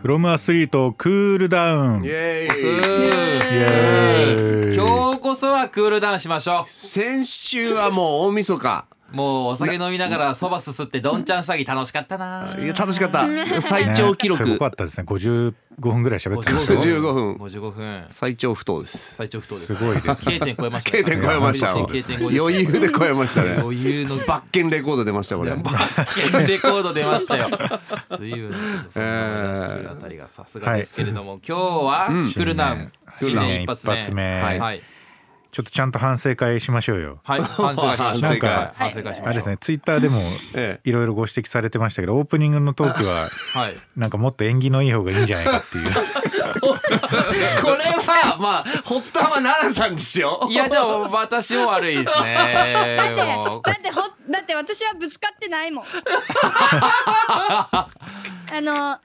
フロムアスリートクールダウンイイエエイーイーイ今日こそはクールダウンしましょ先週はもう大晦日うもうお酒飲みながらそばすすってどんちゃん詐欺楽しかったないや楽しかった最長記録、ねすごかったですね55分ぐらい喋ってました55よ分55分最長不当です最長不当ですすごいです K 点超えましたね定点超えました完全に K 点超えです余裕で超えましたね余裕のババッケンレコード出ましたこれッケンレコード出ましたよ随分その出してくるあたりがさすがですけれども、今日はクールダウン新年一発目はいはいちょっとちゃんと反省会しましょうよはい、反省会しましょう。なんか反省会しあまれでしすょう。ねツイッターでもえいろいろご指摘されてましたけどオープニングのトークははい。なんかもっと縁起のいい方がいいんじゃないかっていう これはまあ堀田は奈々さんですよ いや、でも、私も悪いですね。もうだってほだって私はぶつかっ てないもんあの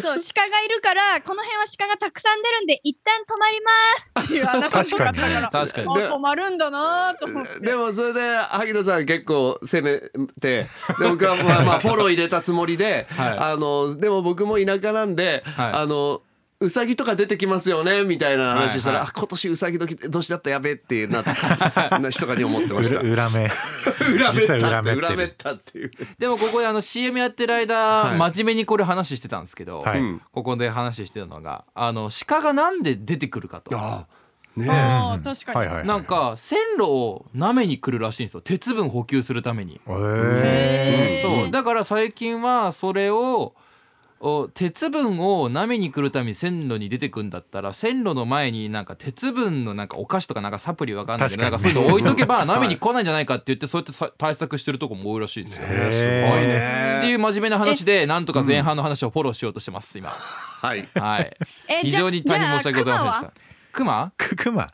そう鹿がいるからこの辺は鹿がたくさん出るんで一旦止まりますっていうあなた確かにね確かに。止まるんだなと思ってでもそれで萩野さん結構攻めてで僕 はまあまあフォロー入れたつもりで、はいあのでも僕も田舎なんで、はいあのうさぎとか出てきますよねみたいな話したら、はいはいあ今年うさぎ時年だったらやべえってな ってな人かに思ってまし裏裏た。目裏目っ実たは裏っ目ってて裏る目ったっていう。でも、ここで、あの、CM やってる間、はい真面目にこれ話してたんですけど。はういんここで話してたのが、あの、鹿がなんで出てくるかと。あねあー確かに、はいはいなんか、線路を舐めに来るらしいんですよ。鉄分補給するために。へえへーそうだから最近はそれをお鉄分を舐めに来るために線路に出てくんだったら線路の前になんか鉄分のなんかお菓子とかなんかサプリわかんないけどなん確かかにそういうの置いとけば舐めに来ないんじゃないかって言ってそうやってさ対策してるとこも多いらしいですよ。ーすごいねっていう真面目な話でなんとか前半の話をフォローしようとしてます今。はい。はい え。非常に大変申し訳ございませんでした。熊？ククマ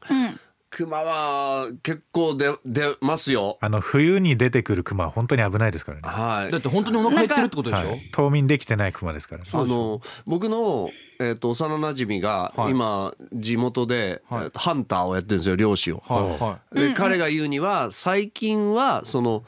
熊は結構出出ますよ。あの冬に出てくるクマは本当に危ないですからねはいだっ。て本当にお腹減ってるってことでしょ？はい冬眠できてないクマですからねあの僕の、えー、と幼なじみがはい今地元で、はいえーとハンターをやってるんですよ漁師を。はいはで彼が言うには最近はその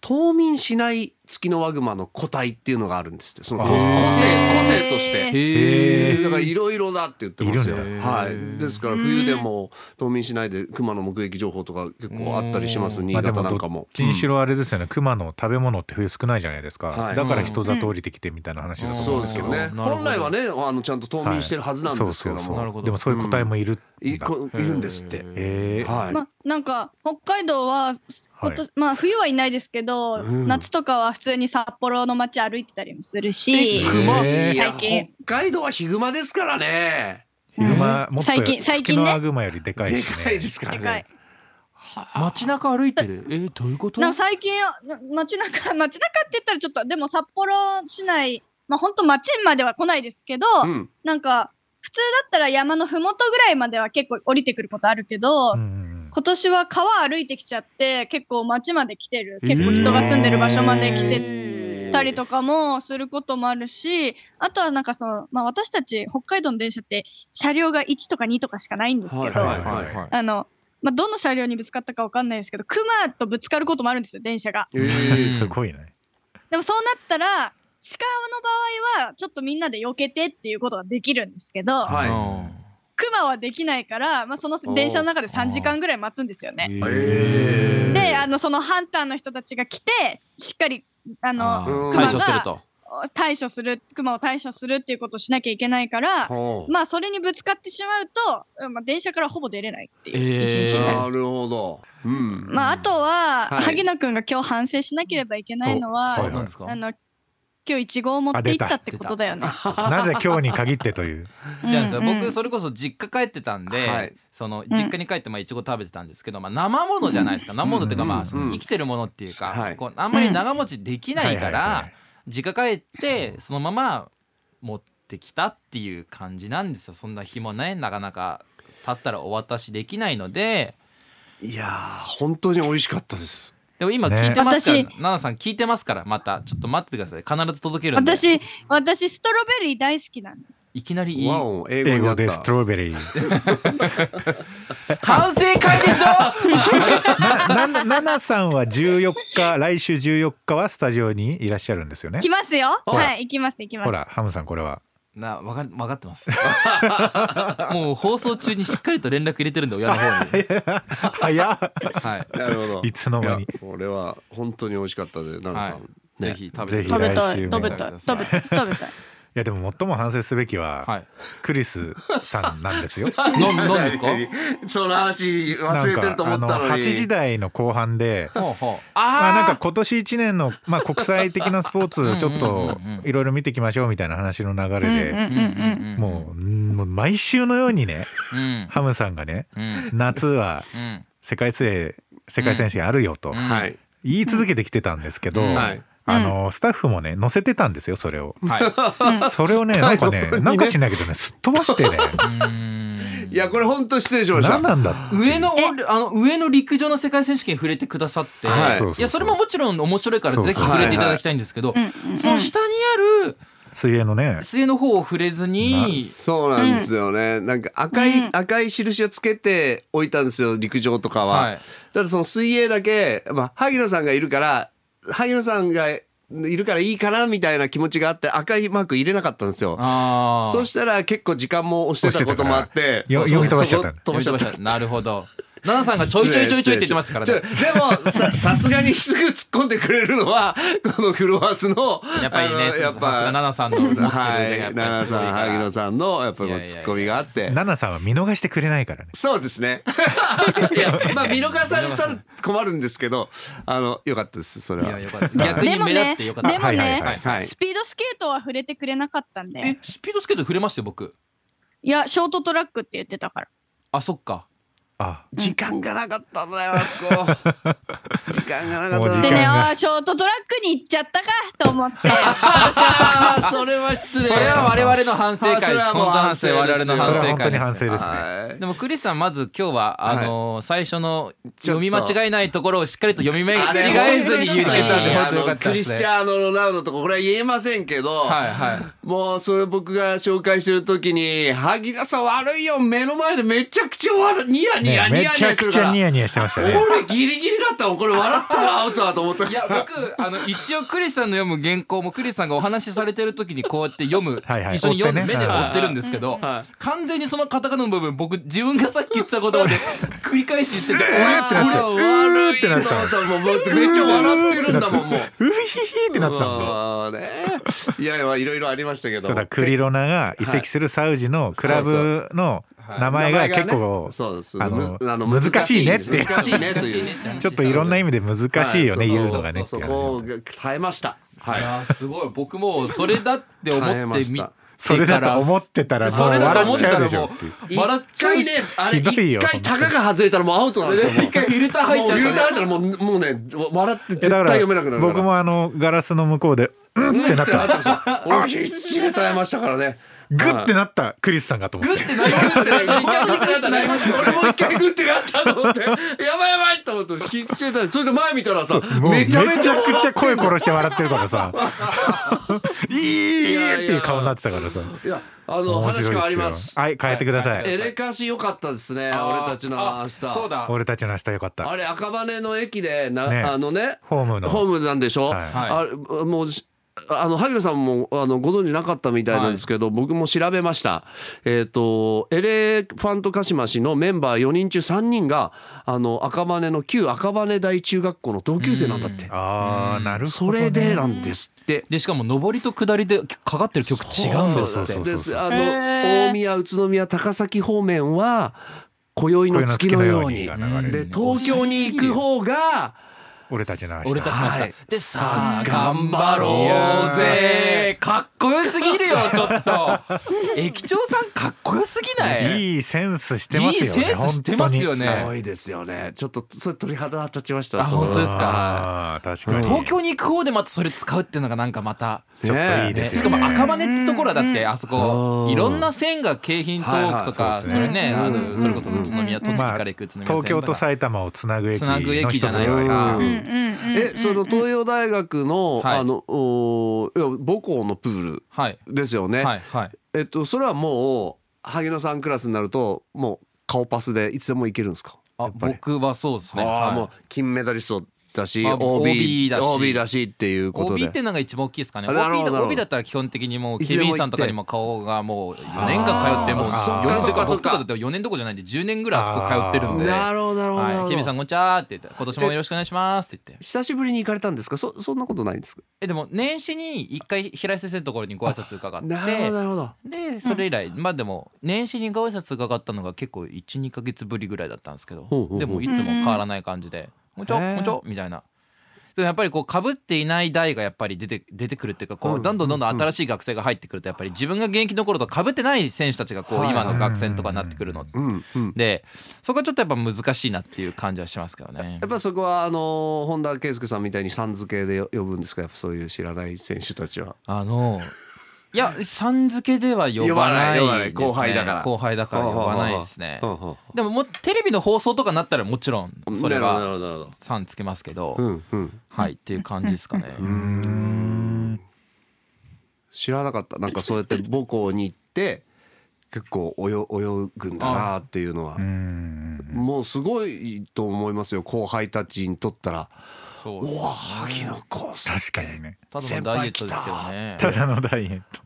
冬眠しないツキノワグマの個体っていうのがあるんですってその個個性個性としてい。。へだえ。からいろいろだって言ってますよ。いるんだはい。ですから冬でも冬眠しないで熊の目撃情報とか結構あったりします。新まあで潟なんかどっも。ちにしろあれですよね、熊の食べ物って冬少ないじゃないですか、はいだから人里降りてきてみたいな話だとそ思うんうでですすけよど、ね。あーなるほど本来はねあのちゃんと冬は眠いしてるはずなんですけどそうそうそうなるも。ほどでもそういう個体もいるんだ、いこいるんですって。えーはい。まなんか北海道はこと、はまあ冬はいないですけど、うん夏とかは普通に札幌の街歩いてたりもするえし熊えーいや最近北海道はヒグマですからね。ヒグマもっと最近最ツキ近ねノワグマよりでかいでしかいねですからでかいね。街中歩いてる。えーどういうこと？なんか最近な街中 街中って言ったらちょっとでも札幌市内まあ本当街までは来ないですけど、ん。なんか普通だったら山のふもとぐらいまでは結構降りてくることあるけど、うんうん今年は川歩いてきちゃって結構街まで来てる結構人が住んでる場所まで来てたりとかもすることもあるしあとはなんかその、まあ、私たち北海道の電車って車両が1とか2とかしかないんですけど、はいはいはいはい。あの、まあ、どの車両にぶつかったかわかんないですけどクマとぶつかることもあるんですよ電車が。えうんーすごいねでもそうなったら鹿の場合はちょっとみんなで避けてっていうことができるんですけど、はいうんクマはできないから、まあ、その電車の中で3時間ぐらい待つんですよね。えであのそのハンターの人たちが来てしっかりああのーうんクマ対処するがと。対処するクマを対処するっていうことをしなきゃいけないからー。ほうまあそれにぶつかってしまうと、うんまあ、電車からほぼ出れないっていう一日になる。なるほど。うん。まああとは、はい萩野くんが今日反省しなければいけないのは、おはいはいなんですかあの今日イチゴを持っていったってことだよね。 なぜ今日に限ってという違うんですようんうん僕それこそ実家帰ってたんで、はいその実家に帰ってまあいちご食べてたんですけど、まあ、生ものじゃないですか生ものっていうかまあそうんの生きてるものっていうか、はいこうあんまり長持ちできないかはいはいはらい実家帰ってそのまま持ってきたっていう感じなんですよそんな日もねなかなか経ったらお渡しできないのでいやー本当に美味しかったです。でも今聞いてますから、ね私奈々さん聞いてますからまたちょっと待っててください必ず届けるんで私私ストロベリー大好きなんです。いきなりいいワオ英英語語にでなっスたト。ロベリー反省会でしょななななさんは14日 来週14日はスタジオにいらっしゃるんですよね来ますよ。ほらはい、行きます行きますほ。らハムさんこれはなわか分かってます もう放送中にしっかりと連絡入れてるんで親の方に、早っはいなるほどいつの間にいやこれは本当に美味しかったで奈々さん、はねぜひ食ぜべてひ食べたい来週も食べたい食べたい食べたいいやでも最も反省すべきは、はいクリスさんなんですよ何何ですか その話忘れてると思っなんかたあの8に時台の後半でほうほうまあ、なんかあ今年1年の、まあ、国際的なスポーツをちょっとうんうんうんうんいろいろ見ていきましょうみたいな話の流れで、うんうんうんんもうもう毎週のようにねうんうんハムさんがねうん夏はうん世界水泳世界選手権あるよとうんはい言い続けてきてたんですけど、うんはいあのスタッフもね載せてたんですよそれを。はいうそれをねなんかねなんかしないけどねすっ飛ばしてねーんいやこれ本当失礼しました何なんだって上のあの上の陸上の世界選手権に触れてくださって、はいい、そうそうそうやそれももちろん面白いからぜひ触れていただきたいんですけど、うんうんうんその下にある水泳のね末の方を触れずに、そうなんですよね、なんか赤い、うん赤い印をつけておいたんですよ陸上とかは、はいただその水泳だけ、まあ、萩野さんがいるから萩野さんがいるからいいかなみたいな気持ちがあって赤いマーク入れなかったんですよああそしたら結構時間も押してたこともあって押してたからよ読み飛ばしちゃったそこ飛ばしちゃったなるほど奈々さんがちょいちょいちょいちょいって言ってましたからちょねでも ささすがにすぐ突っ込んでくれるのはこのフロアスの やっぱりあねのさすが奈々さんの持ってる腕がはいやっ奈ぱ々さんりすごいから萩野さんのやっぱりこういやいやい突やっ込みがあって奈々さんは見逃してくれないからね。そうですね。いや、まあ見逃されたら困るんですけど、あの、よかったです、それいはや。よかった逆にでも目立っねてよでかった、もはいはいはねいはい。スピードスケートは触れてくれなかったんでえスピードスケート触れましたよ僕いやショートトラックって言ってたからあそっかあ時間がなかったんだよ、あそこ。 時間がなかもうった時で間な。ね、がああ、ショートトラックに行っちゃったかと思って。あーそれは失礼。それは我々の反省あそ会れはもう本当反省反省我です々のそ反省れは会本当に反省ねですね。はいでもクリスさんまず今日はあのー最初のちょっ読とみ間違えないところをしっかりと読み間あれ違えずに本当ちょっ言ってとたんで本当よあかのったクでリスすチね。ャーノ・ロナウドとかこれは言えませんけど、はいはもうそれ僕が紹介してる時に萩田さん悪いよ目の前でめちゃくちゃ悪いニヤニヤねニめヤニちヤゃすくるちかゃらニヤニヤしてましたね。俺ギリギリだったもんこれ笑ったらアウトだと思ったい。いや僕あの一応クリスさんの読む原稿もクリスさんがお話しされてる時にこうやって読むはいはい一緒に読んで追ってね目で追ってるんですけど完全にそのカタカナの部分僕自分がさっき言ってたことま で繰り返し言ってて俺悪いと思ったもんもうめっちゃ笑ってるんだもんもう。うひひひってなってたんですよ。もうね、いやいやいろいろありましたけどそうだクリロナが移籍するサウジのクラブの名前が結構そうですあのむあの難しいねって難しいねというちょっといろんな意味で難しいよねは言うのがね。そうそうそこを耐えましたはいいやーすごい僕もうそれだって思耐えっまてしみたそれだと思ってたらもう笑っちゃうでしょもっていう。う笑っちゃう一し回ねあれひどい一よ回タガが外れたらもうアウトなんですよもう一回フィルター入っちゃうもかうフィルらター入ったらもうもうね笑ってえ絶だか対ら読めなくなるから僕もあのガラスの向こうでうんってなった俺も必死で耐えましたからねグッてなったクリスさんかと思グっッて。てなりまグしッたてねな本り当にグッてなりました俺もう一回グッてなったと思ってやばいやばいと思って必死で耐えてそれで前見たらさもうめめちちゃゃくめちゃちゃ声殺して笑ってるから さ。い いっていう顔になってたからさ。いやあの面白いです話変よわりますはい変えてください。エレカシ良かったですね俺たちの明日そうだ俺たちの明日よかった。あれ赤羽の駅でな、ねあのねホームのホームなんでしょ、はいあれもうしあの萩野さんもあのご存知なかったみたいなんですけど、僕も調べましたえっ、とエレファントカシマシのメンバー4人中3人があの赤羽の旧赤羽大中学校の同級生なんだってああなるほどね。それでなんですってでしかも上りと下りでかかってる曲違うんですそうそっうてそうですあのへー大宮宇都宮高崎方面は今宵の月のように今宵の月のようにが流れでる東京に行く方が俺たちの明俺日。たちの明日、はいでさあさあ頑張ろうぜかっこよすぎるよちょっと駅長さんかっこよすぎないいいいセンスしてますよね。いいセンスしてますよねすごいですよね。ちょっとそれ鳥肌立ちました。あその本当ですあかあー確かに。東京に行く方でまたそれ使うっていうのがなんかまた、ちょっといいねでね、すしよね。かも赤羽ってところはだってあそこうんいろんな線が京浜東北とはいはかいそれねあうんのそれこそ宇都宮栃木から行く宇都宮線東京とか埼玉をつなぐ駅つなぐの駅一つじゃなでいですすかううんんうんうん。え、その東洋大学の、はいあのおーいや母校のプールはいですよね。はいはいえっとそれはもう萩野さんクラスになるともう顔パスでいつでも行けるんですか。あ僕はそうですねああ、はいもう金メダリストだしあ OB OB だし OB だしっていうこと OB っでてなんか一番大きいですかねあなるほどな OB るほだど OB だったら基本的にもういつでも行って KB さんとかにも顔がもう4年間通ってもうあーそっかそ4年とっかかそっ僕かとかだって4年どころじゃないんで10年ぐらいあそこ通ってるんでなるほどなるほどなるほはい、どケビンさんこんにちはって言って今年もよろしくお願いしますって言って久しぶりに行かれたんですかそそんなことないんですかえでも年始に一回平井先生のところにご挨拶伺っなるほどなてるほどでそれ以来、まあでも年始にご挨拶伺ったのが結構12か月ぶりぐらいだったんですけどほうほうほうでもいつも変わらない感じで「もうちょへーもうちょ」みたいな。でもやっぱりこうかぶっていない代がやっぱり出て出てくるっていうかこううんどんどんどんどん新しい学生が入ってくるとやっぱり自分が現役の頃とかぶってない選手たちがこうはい今の学生とかになってくるのうんうんでそこはちょっとやっぱ難しいなっていう感じはしますけどねやっ。ぱそこはあの本田圭佑さんみたいにさん付けで呼ぶんですかやっぱそういう知らない選手たちはあのいやさん付けでは呼ばない呼ばないです呼ばない後輩ねだから後輩だから呼ばないですねうんうんでももうテレビの放送とかになったらもちろんうんそれなるはほどなるほどさんつけますけうどんうんはいっていう感じですかね知らなかったなんかそうやって母校に行って結構泳泳ぐんだなっていうのはうんもうすごいと思いますよ後輩たちにとったら「そううわ萩野公介確かにねただのダイエットですけどねただのダイエット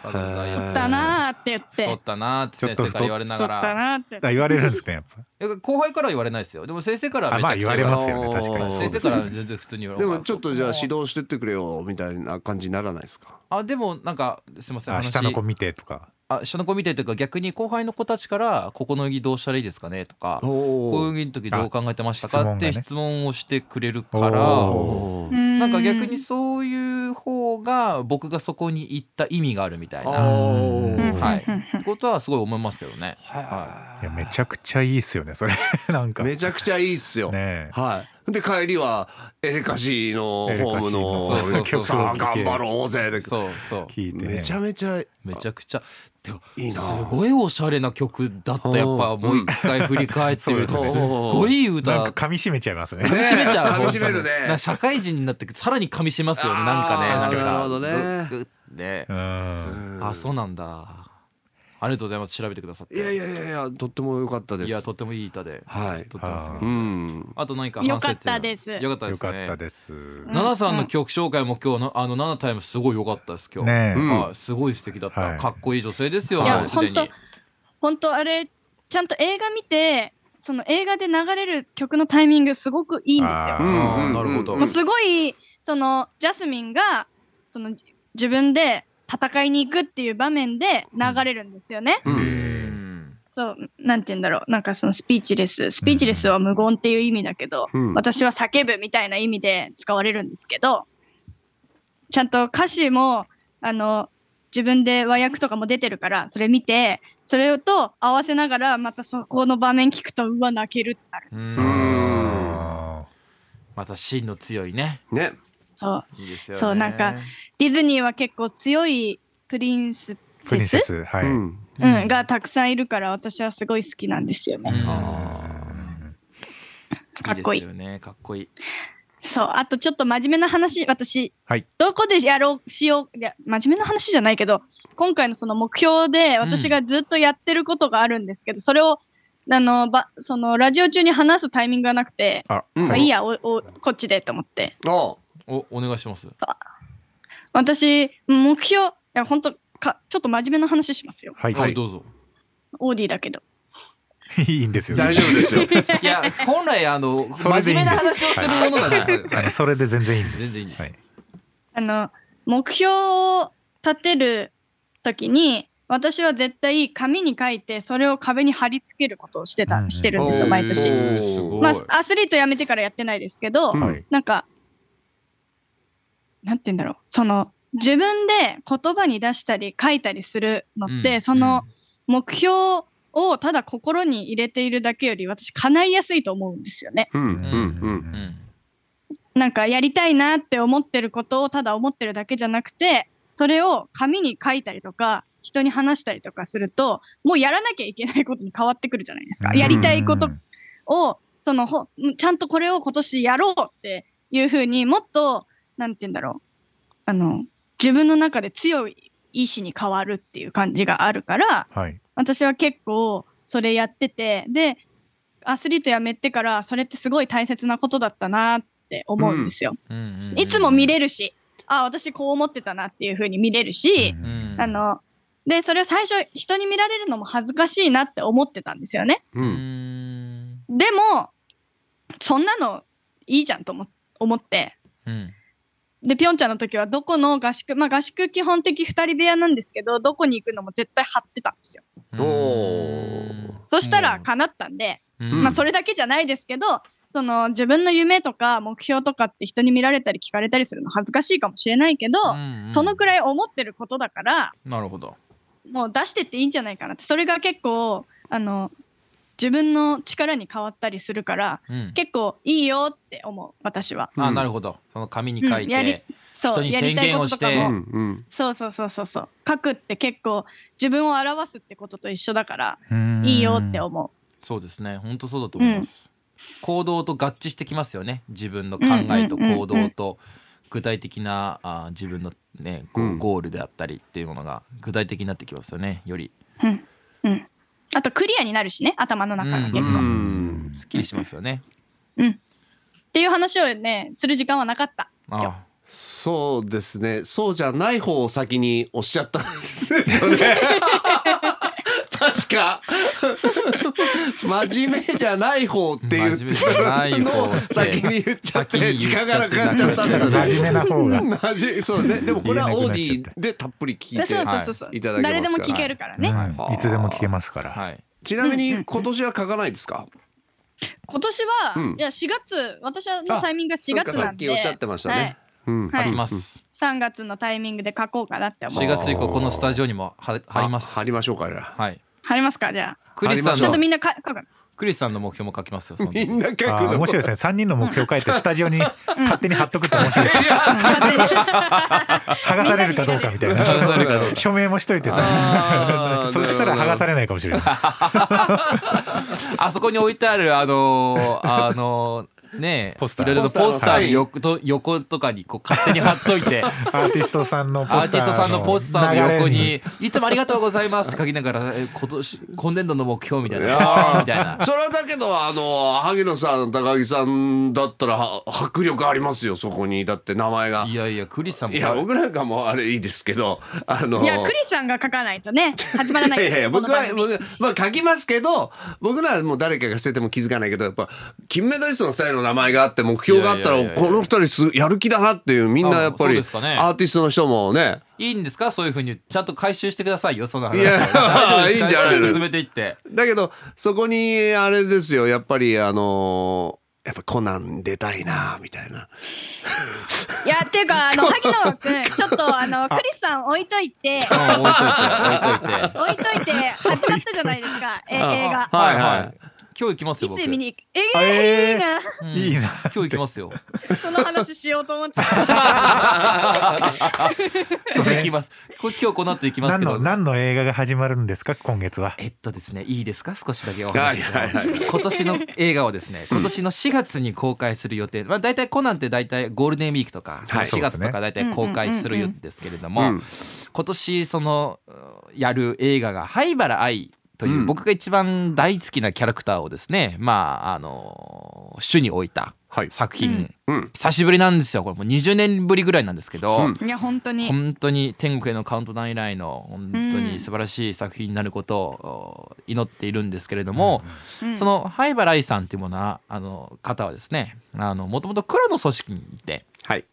ただのダイエットだなーって言って太ったなーって先生から言われな太がっらたなーってあ言われるんですねやっぱいや後輩からは言われないですよでも先生からはあめまあちゃ言くちゃわれ言われまますよね確かにおー先生からは全然普通に言われでますもちょっとじゃあ指導してってくれよみたいな感じにならないですかあでもなんかすいませんあ話下の子見てとかあ下の子見てというか逆に後輩の子たちから「ここの泳ぎどうしたらいいですかね?」とか「おーこういう泳ぎの時どう考えてましたか?」ってあ質問がね質問をしてくれるからおおーななんか逆にそういう方が僕がそこに行った意味があるみたいな。おうーはい、ってことはすごい思いますけどね。はいやめちゃくちゃいいっすよねそれ なんかねめちゃくちゃいいっすよ、えはいで帰りはエレカシのホームのエレカシのそうそうそうさあ頑張ろうぜでい、そうそう聞いてねめちゃめちゃめちゃくちゃてかいいなすごいおしゃれな曲だったやっぱもう一回振り返ってみるとそうですすねごいなんか歌噛み締めちゃいますね噛みしめちゃうねえ噛み締めるね本当にな社会人になってさらに噛みしめますよねなんかねあーんかなるほどねグッねうんあそうなんだありがとうございます調べてくださっていやいやいやいやとっても良かったですいやとってもいい歌ではい撮ってますねうんあと何か反省点はよかったですよかったでよすかっねたですナナさんの曲紹介も今日のあのナナタイムすごい良かったです今日。ねえはいすごい素敵だった、はいかっこいい女性ですよ。いやもうすで本に当本当あれちゃんと映画見てその映画で流れる曲のタイミングすごくいいんですあよー。あーうんなるほどうんもうすごいそのジャスミンがその自分で戦いに行くっていう場面で流れるんですよね。うんうんそうなんて言うんだろうなんかそのスピーチレススピーチレスは無言っていう意味だけど、うん私は叫ぶみたいな意味で使われるんですけどちゃんと歌詞もあの自分で和訳とかも出てるからそれ見てそれと合わせながらまたそこの場面聞くとうわ泣けるってなるううんんあまた芯の強いね。ねそういいですよね。そうなんかディズニーは結構強いプリンスープリセンセススはういんうん、がたくさんいるから私はすごい好きなんですよね。うんかっこいいですよね。かっこいい。そう、あとちょっと真面目な話、私、はいどこでやろう、しよう、いや、真面目な話じゃないけど、今回のその目標で、私がずっとやってることがあるんですけど、それを、あの、ば、その、ラジオ中に話すタイミングがなくて、あうんまあいいや、お、お、こっちでと思って。あおお願いします。私、目標、いや、本当か、ちょっと真面目な話しますよ。はい、ははいいどうぞ。オーディだけど。いいんですよ大丈夫ですよいや本来あのそれで真いいん面です目な話をするものだな。あのそれで全然いいんです全然いいですはいあの、目標を立てるときに、私は絶対紙に書いて、それを壁に貼り付けることをしてうんうた、んしてるんですよ、毎年お。ーすごい。まあ、アスリート辞めてからやってないですけど、うんはいなんか、なんて言うんだろう。その、自分で言葉に出したり書いたりするのって、うんその目標をただ心に入れているだけより私叶いやすいと思うんですよね。うんうんううんんなんかやりたいなって思ってることをただ思ってるだけじゃなくて、それを紙に書いたりとか、人に話したりとかすると、もうやらなきゃいけないことに変わってくるじゃないですか。やりたいことをそのほちゃんとこれを今年やろうっていうふうにもっとなんて言うんだろうあの自分の中で強い意志に変わるっていう感じがあるからはい私は結構それやっててでアスリート辞めてからそれってすごい大切なことだったなっって思うんですよ。うんうんうんいつも見れるし、あ、私こう思ってたなっていうふうに見れるし、うんあの、で、それを最初人に見られるのも恥ずかしいなって思ってたんですよね。ううんんでも、そんなのいいじゃんと思思って。うんで、ピョンちゃんの時はどこの合宿、まあ合宿基本的二人部屋なんですけど、どこに行くのも絶対張ってたんですよ。おーそしたら叶ったんで、うんまあそれだけじゃないですけど、その自分の夢とか目標とかって人に見られたり聞かれたりするの恥ずかしいかもしれないけど、うんうんそのくらい思ってることだから、なるほどもう出してっていいんじゃないかなってそれが結構あの自分の力に変わったりするからうん結構いいよって思う私はあなるほどその紙に書いうんやりてそう人にやりたいこととか宣言をうしも、てんうんそうそうそうそうそう書くって結構自分を表すってことと一緒だからうんいいよって思そうですね本当そうだと思います行動と合致してきますよね自分の考えとうんうんうんうん行動と具体的なあー自分のねこううんゴールであったりっていうものが具体的になってきますよねよりううんうんあとクリアになるしね頭の中が結構、ううんんすっきりしますよねっていう話をねする時間はなかったあーそうですねそうじゃない方を先におっしゃったんですよね確か真面目じゃない方っていう真面目じゃない方のをって先に言っちゃっ先てに時言間っちがゃっなてくなっちゃったんですよね真面目な方がマジそうねでもこれは言えオなくなーっちゃってディでたっぷり聞いそうそうてそうそう、いただけますから誰でも聞けるからね、うんいつでも聞けますから、はいちなみに今年は書かないですか今年は、うんいや4月私のタイミングが4そうか月さなっんできおっしゃってましたねうんはい書きますはい、3月のタイミングで書こうかなって思う4月以降このスタジオにも貼貼りますあ貼りましょうかじゃあはい貼りますかじゃあクリスさ貼りまんしちょっとのみんなか書くクリスさんの目標も書きますよそのみ時んな書くあーの面白いですね三人の目標を書いてスタジオに勝手に貼っとくって面白いですね剥がされるかどうかみたいなみんなに貼れるかどうか署名もしといてあさーそしたら剥がされないかもしれない あそこに置いてあるあのーあのーねポスターいろいろとポスターの横と横とかにこう勝手に貼っといてアーティストさんのポアスータテーィストさんのポスターの横流れに「いつもありがとうございます」って書きながらえ「今年今年度の目標」みたいな「みたいなそれはだけどあの萩野さん高木さんだったらは迫力ありますよそこにだって名前がいやいやクリスさんもいや僕なんかもあれいいですけどあのいやクリスさんが書かないとね始まらな いいやいや僕はこの番組僕まあ書きますけど僕ならもう誰かが捨てても気づかないけどやっぱ金メダリストの2人の名前があって目標があったらいやいやいやいやこの2人すやる気だなっていうみんなやっぱりアあそうですかねーティストの人もねいいんですかそういうふうにちゃんと回収してくださいよその話いや大丈夫ですかいいんじゃないの進めていってだけどそこにあれですよやっぱりあのやっぱコナン出たいなみたいな。いやっていうかあの萩野君ちょっとあのクリスさん置いといてうん置いといて置いといて置いといて始まったじゃないですかえ映画はいはい今日行きますよい僕つ見に行くえあー、いいえなーいいな今日行きますよその話しようと思って今日行きますこれ今日この後行きます何けのど何の映画が始まるんですか今月はえっとですねいいですか少しだけお話ししてもはいはいは今年の映画をですね今年の4月に公開する予定、まあ、大体コナンって大体ゴールデンウィークとかい4月とか大体公開するんですけれども、今年そのうんやる映画が灰原愛といううん僕が一番大好きなキャラクターをですね、まああの主に置いたはい作品、うん久しぶりなんですよこれもう20年ぶりぐらいなんですけど。うん いや本当に本当に天国へのカウントダウン以来の本当に素晴らしい作品になることをお祈っているんですけれども、その灰原愛さんというものはあの方はですねもともと黒の組織にいてはい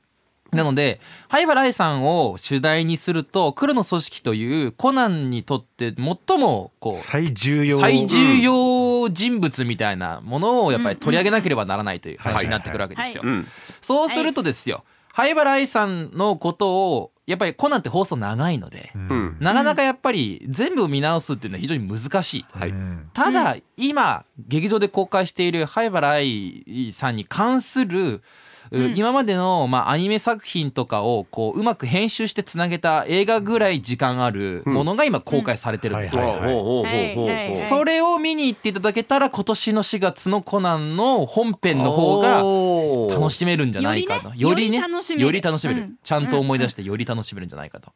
なので灰原愛さんを主題にすると黒の組織というコナンにとって最もこう最重要最重要人物みたいなものをやっぱり取り上げなければならないという話になってくるわけですよう。んそうするとですよ、灰原愛さんのことをやっぱりコナンって放送長いので、うんうんなかなかやっぱり全部を見直すっていうのは非常に難しい。はいうんただ今劇場で公開している灰原愛さんに関するううん今までのまあアニメ作品とかをこううまく編集してつなげた映画ぐらい時間あるものが今公開されてるんですよそうはいはいほうほうほうほうはいはいそれを見に行っていただけたら今年の4月のコナンの本編の方がが楽しめるんじゃないかとよりねよより楽しめるより楽しめるうんちゃんと思い出してより楽しめるんじゃないかと、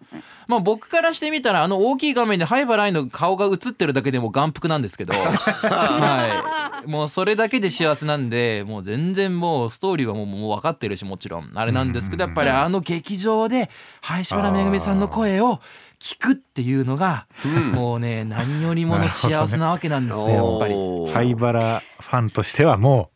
まあ僕からしてみたらあの大きい画面で灰原愛の顔が映ってるだけでもう眼福なんです けど、はい、もうそれだけで幸せなんでもう全然もうストーリーはもうもう分かってるしもちろんあれなんですけどやっぱりあの劇場で林原めぐみさんの声を聞くっていうのがもうね何よりもの幸せなわけなんですよやっぱり。おー灰原ファンとしてはも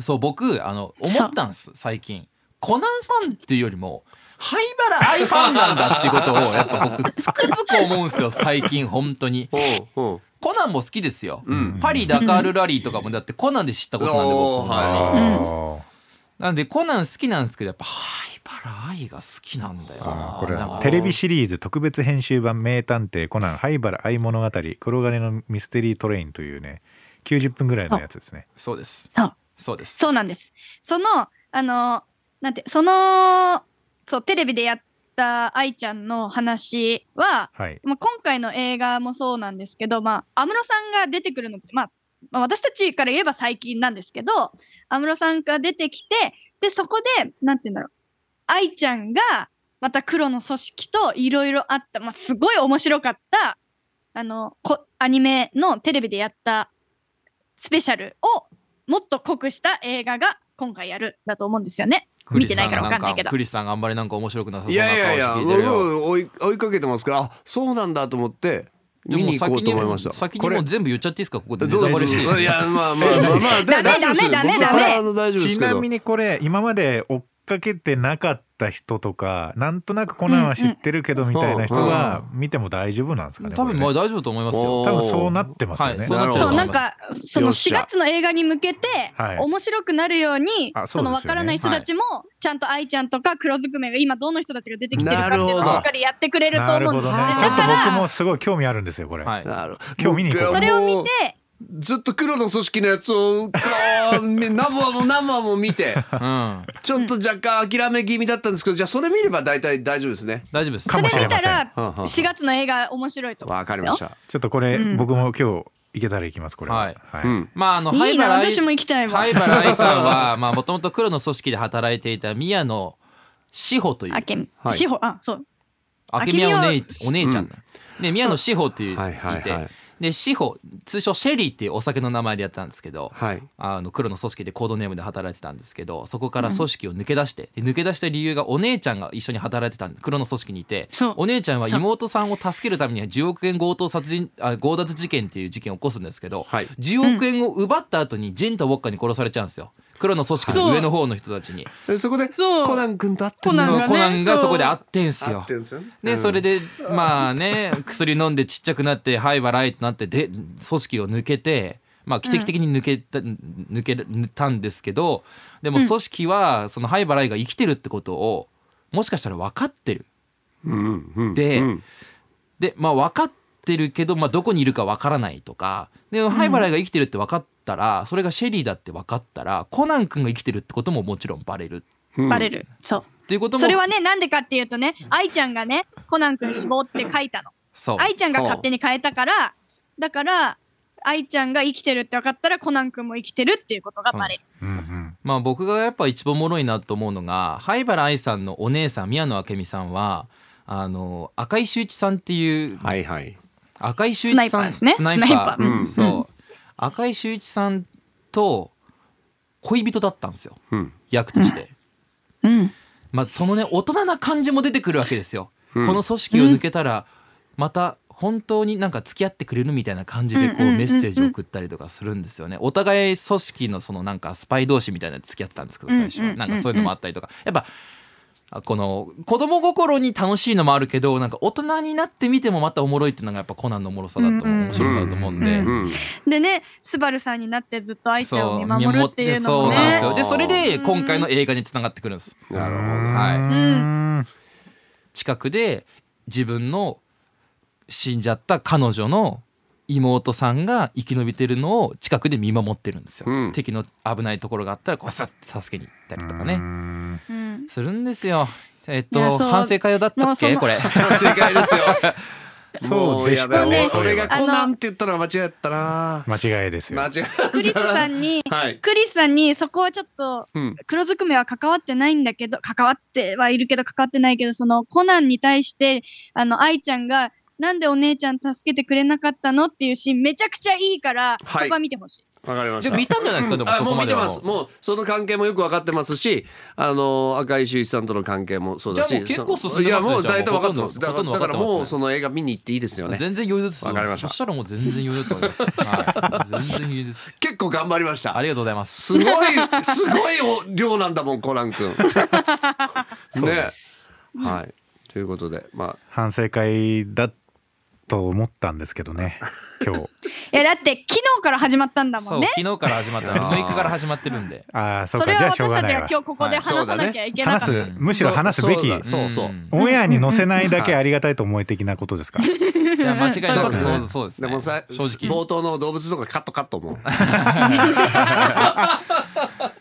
そう僕あの思ったんです最近コナンファンっていうよりも灰原愛ファンなんだっていうことをやっぱ僕つくづく思うんですよ最近本当におうおうコナンも好きですよ、うんパリダカールラリーとかもだってコナンで知ったことなんでおー僕本当にう、はあなんでコナン好きなんですけどやっぱ灰原愛が好きなんだよなあーこれなんはかテレビシリーズ特別編集版「名探偵コナン灰原愛物語黒金のミステリートレイン」というね90分ぐらいのやつですね。そうですそうそうですそうなんです。その、あの、なんて、その、そう、テレビでやった愛ちゃんの話は、はい、まあ、今回の映画もそうなんですけど、まあ、安室さんが出てくるのって、まあ、まあ私たちから言えば最近なんですけど、安室さんが出てきて、で、そこで、なんて言うんだろう、愛ちゃんが、また黒の組織といろいろあった、まあ、すごい面白かった、あの、こアニメのテレビでやったスペシャルを、もっと濃くした映画が今回やる、だと思うんですよね。見てないからわかんないけど。クリスさんがあんまりなんか面白くなさそいうなやいやいや顔して聞いてる僕よも追い追いかけてますからあそうなんだと思ってじゃあ見もうに行こう先とに思いました先にもう全部言っちゃっていいですかここでネどうタぞバレしていいですかいやまあまあまあまあダ大メ丈夫です僕ダメダメからダメあの大丈夫でちすけなどみにこれ今まで追っかけてなかった人とかなんとなくコナンは知ってるけどみたいな人は見ても大丈夫なんですかね多こ分れまあね大丈夫と思いますよお多分そうなってますよね。はいなるほどそうなんかそのよっし4ゃ月の映画に向けてはい面白くなるようにあそそですようねの分からない人たちもちゃんと愛ちゃんとか黒ずくめが今どの人たちが出てきてるかっていうなるのほをどしっかりやってくれるとなる思うほどんですねよね。ちょだっかと僕もらすごい興味あるんですよこれ。はいなるほど今日見に行こうそれを見てずっと黒の組織のやつをこうみ何話も何話も見てうんちょっと若干諦め気味だったんですけどじゃあそれ見れば大体大丈夫ですね大丈夫ですかそもしれれ見またせんらうんうん4月の映画面白いと思いわますよ。かりましたちょっとこれ、うん僕も今日行けたら行きますこれは。はいはうんまああのいいな愛私も行きたいわ灰原愛さんはまあもともと黒の組織で働いていた宮野志保というあけんはい志保あそうあけみやお姉お姉ちゃんうだ、で宮野志保っていういて、はいはいはいで志保通称シェリーっていうお酒の名前でやってたんですけど、はいあの黒の組織でコードネームで働いてたんですけどそこから組織を抜け出して、で抜け出した理由がお姉ちゃんが一緒に働いてたんで黒の組織にいてそうお姉ちゃんはそう妹さんを助けるために10億円強盗殺人あ強奪事件っていう事件を起こすんですけど、はい10億円を奪った後にジェンとウォッカに殺されちゃうんですよ黒の組織の上の方の人たちに。でそこでそうコナン君と会ってコナンそうがねコナンがそうそこで会ってんす会よって。んですよねでそれでまあね薬飲んでちっちゃくなって灰払いとなってで組織を抜けて。まあ、奇跡的に抜けた、抜けたんですけどでも組織はその灰払いが生きてるってことをもしかしたら分かってるうんうんでうんでまあ分かってるけど、まあ、どこにいるか分からないとかで灰払いが生きてるって分かったら、それがシェリーだって分かったらコナン君が生きてるってことももちろんバレるうんバレるそうっていうこともそれはねなんでかっていうとね愛ちゃんがねコナン君死亡って書いたの。そう愛ちゃんが勝手に変えたからだから愛ちゃんが生きてるって分かったらコナン君も生きてるっていうことがバレる。うんうんまあ僕がやっぱ一番おもろいなと思うのが灰原哀さんのお姉さん宮野明美さんはあの赤井秀一さんっていうはいはい赤井秀一さんスナイパーですねスナイパーうんそう赤井秀一さんと恋人だったんですようん役として、うんまあそのね大人な感じも出てくるわけですよ、うんこの組織を抜けたらまた本当になんか付き合ってくれるみたいな感じでこううんうんうんうんメッセージを送ったりとかするんですよねお互い組織のそのなんかスパイ同士みたいなの付き合ってたんですけど最初うんうんはうんなんかそういうのもあったりとかやっぱあこの子供心に楽しいのもあるけどなんか大人になってみてもまたおもろいっていうのがやっぱコナンのおもろさだと思ううんうん面白さだと思うんで。うんでねスバルさんになってずっと愛ちゃんを見守るっていうのそうも見守ってねそうなんですよでそれで今回の映画につながってくるんです。なるほどはいうーん近くで自分の死んじゃった彼女の妹さんが生き延びてるのを近くで見守ってるんですよ、うん敵の危ないところがあったらこうさって助けに行ったりとかうーねんうんするんですよえっいやとそう反省会だったもっうそけのこれ 正解です よ。そうでしたもうやばいね俺があコのナンって言ったのは間違ったな。間違いですよ間。違えクリスさんにた。はい。クリスさんにそこはちょっとうん。黒ずくめは関わってないんだけど関わってはいるけど関わってないけどそのコナンに対してあの愛ちゃんがなんでお姉ちゃん助けてくれなかったのっていうシーンめちゃくちゃいいから、はいそこは見てほしい。わかりましでたも見たんじゃないですかでもあそもこうま見でてはますもうその関係もよく分かってますしあの赤井秀一さんとの関係もそうだしじゃあもう結構進んでますねいやもうじゃあもう大体分かってますほだとかんどらだからほとんど分かってますねもうその映画見に行っていいですよね全然余裕ですよわかりましたそしたらもう全然余裕だと思います、はい、全然余裕です結構頑張りましたありがとうございますすごい、すごいお量なんだもん、コナン 君。ね。はい。ということで、ま反省会だと思ったんですけどね今日いやだって昨日から始まったんだそもうんね。昨日から始まったいやー6日から始まってる んでああそうそかれじゃはあしょう私がたなちいがわ今日ここで話さなきゃいけな話かった。すむしろ話すべきそうそうそううんオンエアに載せないだけありがたいと思え的なことですかいや間違いなそうくですそねうそうであ、すでねもさ、正直冒頭の動物とかカットカットも。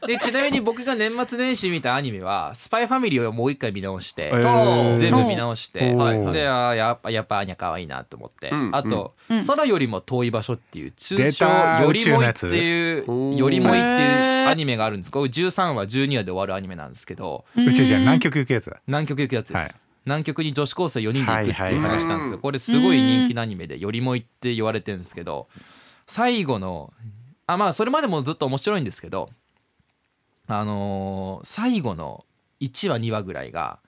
でちなみに僕が年末年始見たアニメは「スパイファミリー」をもう一回見直して、ー全部見直して、おーはいであーやっぱやっぱアーニャ可愛いなと思って、うんあと、うん空よりも遠い場所」っていう通出称たー「より宇宙のもい」っやつていうお「ーよりもい」ってへいーうアニメがあるんですこれ13話12話で終わるアニメなんですけど宇宙じゃん南極行くやつだ南極行くやつです、はい南極に女子高生4人で行くっていうはいはいはい話なんですけどこれすごい人気のアニメで「よりもい」って言われてるんですけど最後のあまあそれまでもずっと面白いんですけどあのー最後の1話2話ぐらいが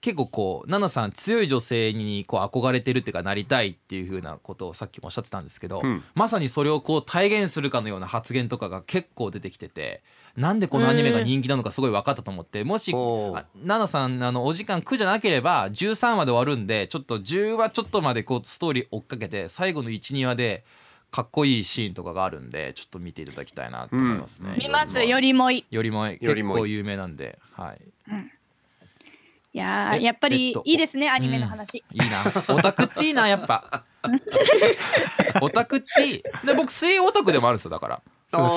結構こう奈々さん強い女性にこう憧れてるっていうかなりたいっていうふうなことをさっきもおっしゃってたんですけど、うんまさにそれをこう体現するかのような発言とかが結構出てきててなんでこのアニメが人気なのかすごい分かったと思ってもしあおう奈々さんあのお時間苦じゃなければ13話で終わるんでちょっと10話ちょっとまでこうストーリー追っかけて最後の12話でかっこいいシーンとかがあるんでちょっと見ていただきたいなと思いますね。見ますよりもい。よりもいよ結りもい構有名なんで、はい、いやーえやっぱえっりといいですねアニメの話。いいな。 オタクっていいな、やっぱ。 オタクっていい。で、僕、水泳オタクでもあるんですよ、だから。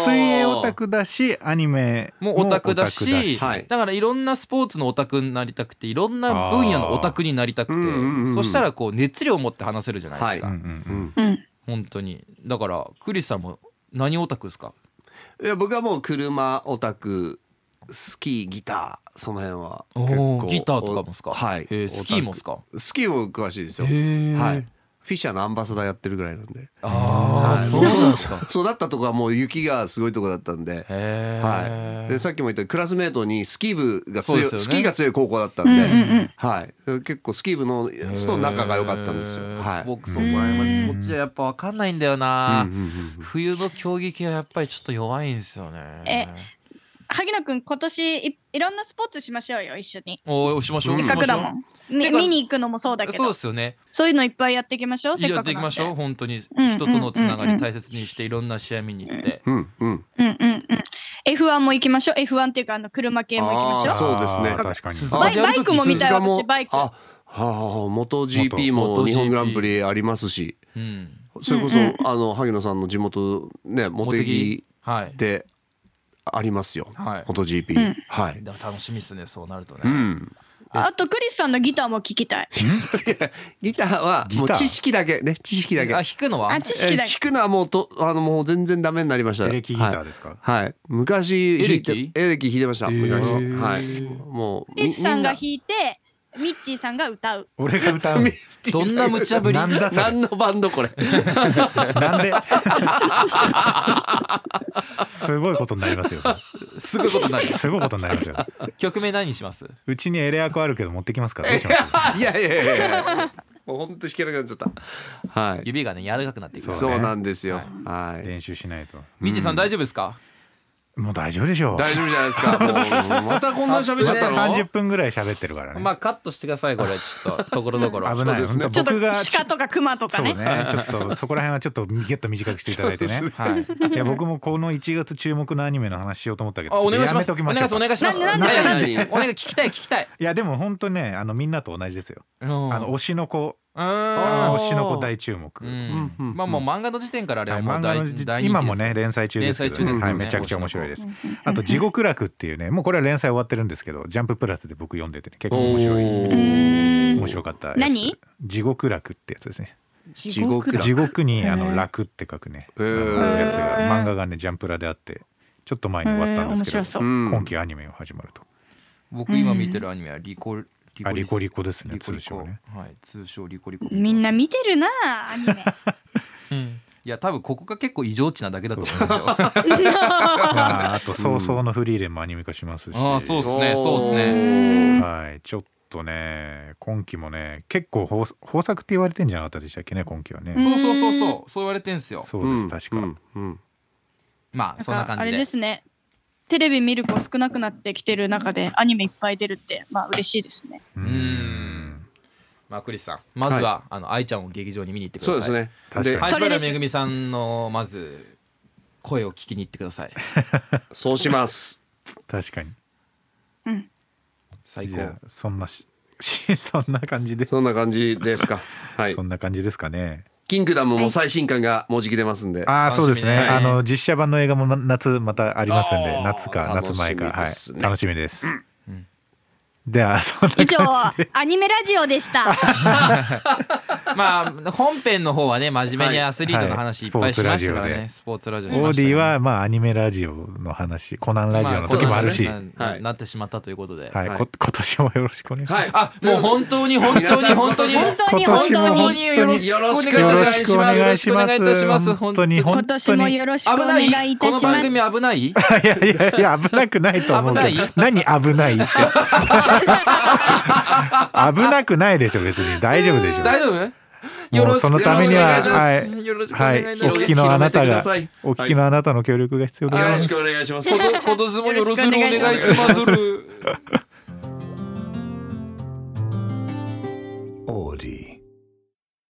水泳オタクだしアニメもうオタクだしもオタクだしはいだからいろんなスポーツのオタクになりたくていろんな分野のオタクになりたくあーうんうんうんうてんそしたらこう熱量を持って話せるじゃないですか、うんうんうんうん。本当にだからクリスさんも何オタクですかいや、僕はもう車オタク。スキー、ギター、その辺は。お結ー構ギターとかもですかおはいへ。ースキーもですかオタク。スキーも詳しいですよ。ーはい。フィッシャーのアンバサダーやってるぐらいなんで。あはいそうなんですかもうそう育ったとこはもう雪がすごいとこだったんで。へえ、はい、でさっきも言ったようにクラスメートにスキー部がそう強でい、すよねスキーが強い高校だったんで、はい、結構スキー部のやつと仲が良かったんですよ。はい、僕そこはやっぱそっちはやっぱ分かんないんだよな、冬の競技系はやっぱりちょっと弱いんですよねえ萩野くん今年いいろんなスポーツしましょうよ一緒に。おーしましょうせっしかまくしだょも。うんみてか見に行くのもそうだけそうどで。すよねそういうのいっぱいやっていきましょう。せっやかっくてなんいできましょう本当にうん人とのつながり大切にしていろんな試合見に行ってうんうん、うんうんうん。F1 も行きましょう。F1 っていうかあの車系も行きましょう。そうですねあー確かに鈴あバイであのバ時イクも見たい鈴鹿私バイク。あはあ、はあ、元 GP も元日本グランプリありますし、うんそれこそ、あの萩野さんの地元ね茂木はいでありますよ。はい元 GP、はい。でも楽しみですねそうなるとね、うん、あとクリスさんのギターも聞きたい。ギターはもう知識だけね知識だけあ弾くのはあ知識だえけー。弾くのはもうとあのもう全然ダメになりましたエレキギターですかはい、はい昔弾いてエレキエレキ弾いてました、昔ーはいもうクリスさんがみ弾いてミッチーさんが歌う。俺が歌うのどんな無茶ぶりなんだそれ何のバンドこれなんですごいことになりますよすごいことになるすごいことになりますよ曲名何にしますうちにエレアコあるけど持ってきますからどうします いやいやいやいやもう本当弾けなくなっちゃったはい指がね柔らかくなっていくそう,、そうねなんですよはい、練習しないとみちさん大丈夫ですかもう大丈夫でしょう大丈夫じゃないですかもうまたこんな喋っちゃったの、 30分ぐらい喋ってるからね、まあカットしてくださいこれちょっとところどころ危ない、本当ちょっと僕が鹿とか熊とかそうね。ねちょっとそこら辺はちょっとギュッと短くしていただいてね はいいや僕もこの1月注目のアニメの話しようと思ったけどあお願いちしょまっすとおやめとき願まいしょうしますお願いしますなんでなんで何なんで何お願い聞きたい聞きたいいやでも本当ねあのみんなと同じですよあの推しの子ああの推しの子大注目、うんまあもう漫画の時点からあれははいもう漫画大の時大人気今もね連載中ですけど、連載中ですよはねい、めちゃくちゃ面白いですあと「地獄楽」っていうねもうこれは連載終わってるんですけど「ジャンププラス」で僕読んでてね結構面白い面白かったやつ何地獄楽ってやつですね地獄だ地獄にあの楽って書くね、へーあのやつが漫画がねジャンプラであってちょっと前に終わったんですけど、へー面白そううん今期アニメが始まると、僕今見てるアニメはリコリあリコリココですねリコリ通称コねはい通称リコリコみんな見てるなあアニメ。いや多分ここが結構異常値なだけだと思い ますよあまあ、あと早々のフリーレンもアニメ化しますし、あそうっすねおーそうっすねはいちょっとね今期もね結構豊豊作って言われてんじゃなかったでしたっけね今期はね、んそうそうそうそうそう言われてんすよそううです、ん確か、うんうんまあそんななん感かあじれでですねテレビ見る子少なくなってきてる中でアニメいっぱい出るってまあ嬉しいですねううーんまあクリスさんまずは、あの愛ちゃんを劇場に見に行ってくだそさういですね確かでにはいそれ原ですめぐみさんのまず声を聞きに行ってくださいそうします確かに最じ高ゃあそんなし しそんな感じで、そんな感じですかはいそんな感じですかねキングダムも最新刊がもうじき出ますんでああ楽そしみうねですねあの実写版の映画もな夏またありますんあでー夏か夏前か楽しみですはねい楽しみです、では そんな感以じ上アニメラジオでしたまあ本編の方はね真面目にアスリートの話いっぱいしましたからね、はいスポーツラジオしオまーしたデねィはまあアニメラジオの話コナンラジオの時もあるし、まそうですねなはいなってしまったということで、はい、はいこ今年もよろしくお願いします、はいあもう本当に本当に本当に本当に今本年も当本によろしくお願いいたします。よろしくお願いいたします本当に今本年当もによろしくお危ない願いいたこしのま番す組危ないいやいやいや危なくないと思うけど危ない何危ないって 危なくないでしょ別に大丈夫でしょ大丈夫もうそのためにはよろしくお願いしますはいよろしくおは願いいしますお聞きのあなたが広めてくださいお聞きのあなたの協力が必要でございよまろすしくお願いしますことずもよろずるお願いしよろしくお願まする